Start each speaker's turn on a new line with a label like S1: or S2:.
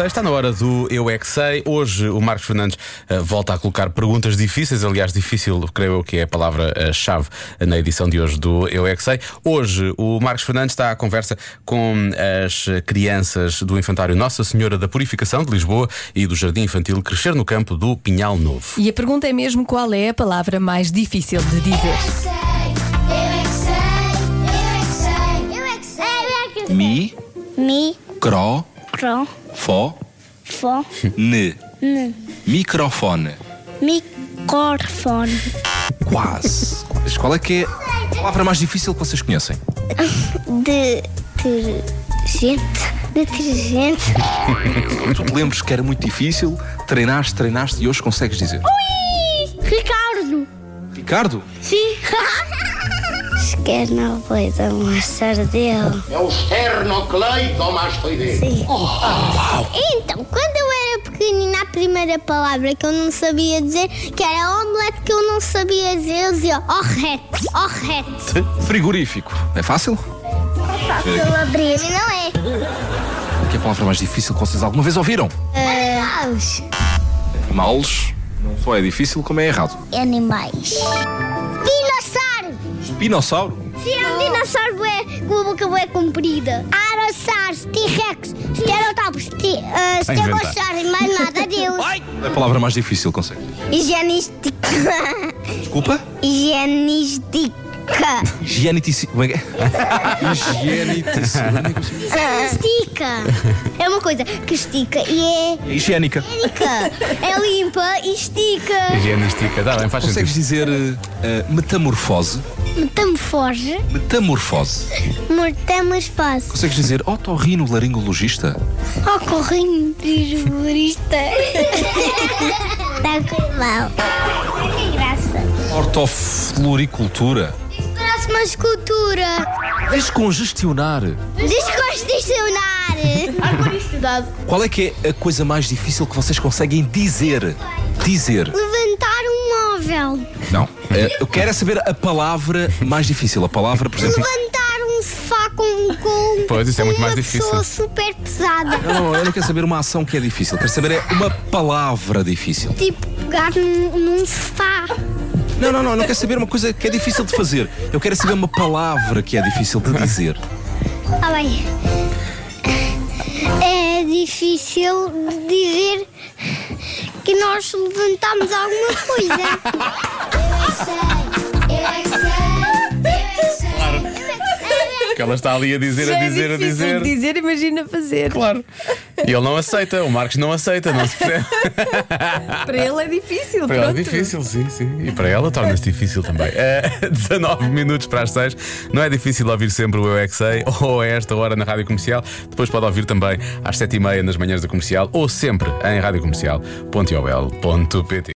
S1: sei, está na hora do Eu É Que Sei. Hoje o Marcos Fernandes eh, volta a colocar perguntas difíceis, aliás, difícil, creio eu que é a palavra-chave na edição de hoje do Eu É Que Sei. Hoje o Marcos Fernandes está à conversa com eh, as crianças do Infantário Nossa Senhora da Purificação de Lisboa e do Jardim Infantil Crescer no Campo do Pinhal Novo.
S2: E a pergunta é mesmo qual é a palavra mais difícil de dizer.
S3: Mi,
S4: Mi,
S3: cro,
S4: cro,
S3: fo,
S4: fo,
S3: ne.
S4: ne.
S3: Microfone.
S4: Microfone.
S3: Quase. Mas Qual é que é a palavra mais difícil que vocês conhecem?
S4: Detergente. Detergente.
S3: Tu te lembres que era muito difícil, treinaste, treinaste e hoje consegues dizer.
S4: Ricardo.
S3: Ricardo,
S4: Sim. Sequer não foi dar uma sardela.
S5: É o esternocleidomastoideus.
S4: Então, quando eu era pequenina, a primeira palavra que eu não sabia dizer, que era omelete, que eu não sabia dizer, eu dizia "Oh, orrete, orrete.
S3: frigorífico. É fácil?
S4: Eu abri. Não é?
S3: O que é a palavra mais difícil que vocês alguma vez ouviram?
S4: Animais.
S3: Males. Não só é difícil, como é errado.
S4: Animais. Dinossauro.
S3: Espinossauro.
S4: Tira um dinossauro é, com a boca bem comprida. Arossauros, T-Rex, Stereotopos,
S1: Vai inventar.
S4: Stegossauros e mais nada, adeus.
S3: É a palavra mais difícil que consegues.
S4: Higienística.
S3: Desculpa?
S4: Higienística.
S3: Higienitici... Como é que é? Higienitici...
S4: Estica. É uma coisa que estica e é
S3: Higiênica.
S4: estica. É limpa e estica.
S1: Higienística, está bem, faz
S3: Consegues
S1: sentido.
S3: dizer eh, eh, metamorfose?
S4: Metamorfose.
S3: Metamorfose.
S4: Metamorfose.
S3: Consegues dizer otorrinolaringologista?
S4: Ocorrinho de jurista. Está Tá com mal. Que graça.
S3: Hortofloricultura?
S4: Parece uma escultura.
S3: Descongestionar.
S4: Desconstitucionar.
S3: Qual é que é a coisa mais difícil que vocês conseguem dizer? Dizer.
S4: Levantar um móvel.
S3: Não. Eh, eu quero é saber a palavra mais difícil. A palavra, por exemplo.
S4: Levantar um sofá com, com
S1: Pois, isso é muito
S4: uma
S1: mais difícil.
S4: pessoa super pesada.
S3: Não, não, eu não quero saber uma ação que é difícil. Quero saber é uma palavra difícil.
S4: Tipo, pegar num, num sofá.
S3: Não, não, não. Eu não quero saber uma coisa que é difícil de fazer. Eu quero é saber uma palavra que é difícil de dizer.
S4: Ah, bem. É difícil de dizer que nós levantámos alguma é coisa. é
S1: Que ela está ali a dizer, a dizer,
S2: é
S1: a
S2: difícil
S1: dizer.
S2: de dizer, imagina fazer.
S1: Claro. E ele não aceita, o Marcos não aceita, não se percebe.
S2: Para ele é difícil.
S1: Para ela é
S2: pronto.
S1: difícil, sim, sim. E para ela torna-se difícil também. Eh, 19 minutos para as 6. Não é difícil ouvir sempre o Eu é Que Sei, ou a esta hora na rádio comercial. Depois pode ouvir também às 7h30 nas manhãs da comercial, ou sempre em radiocomercial.iol.pt.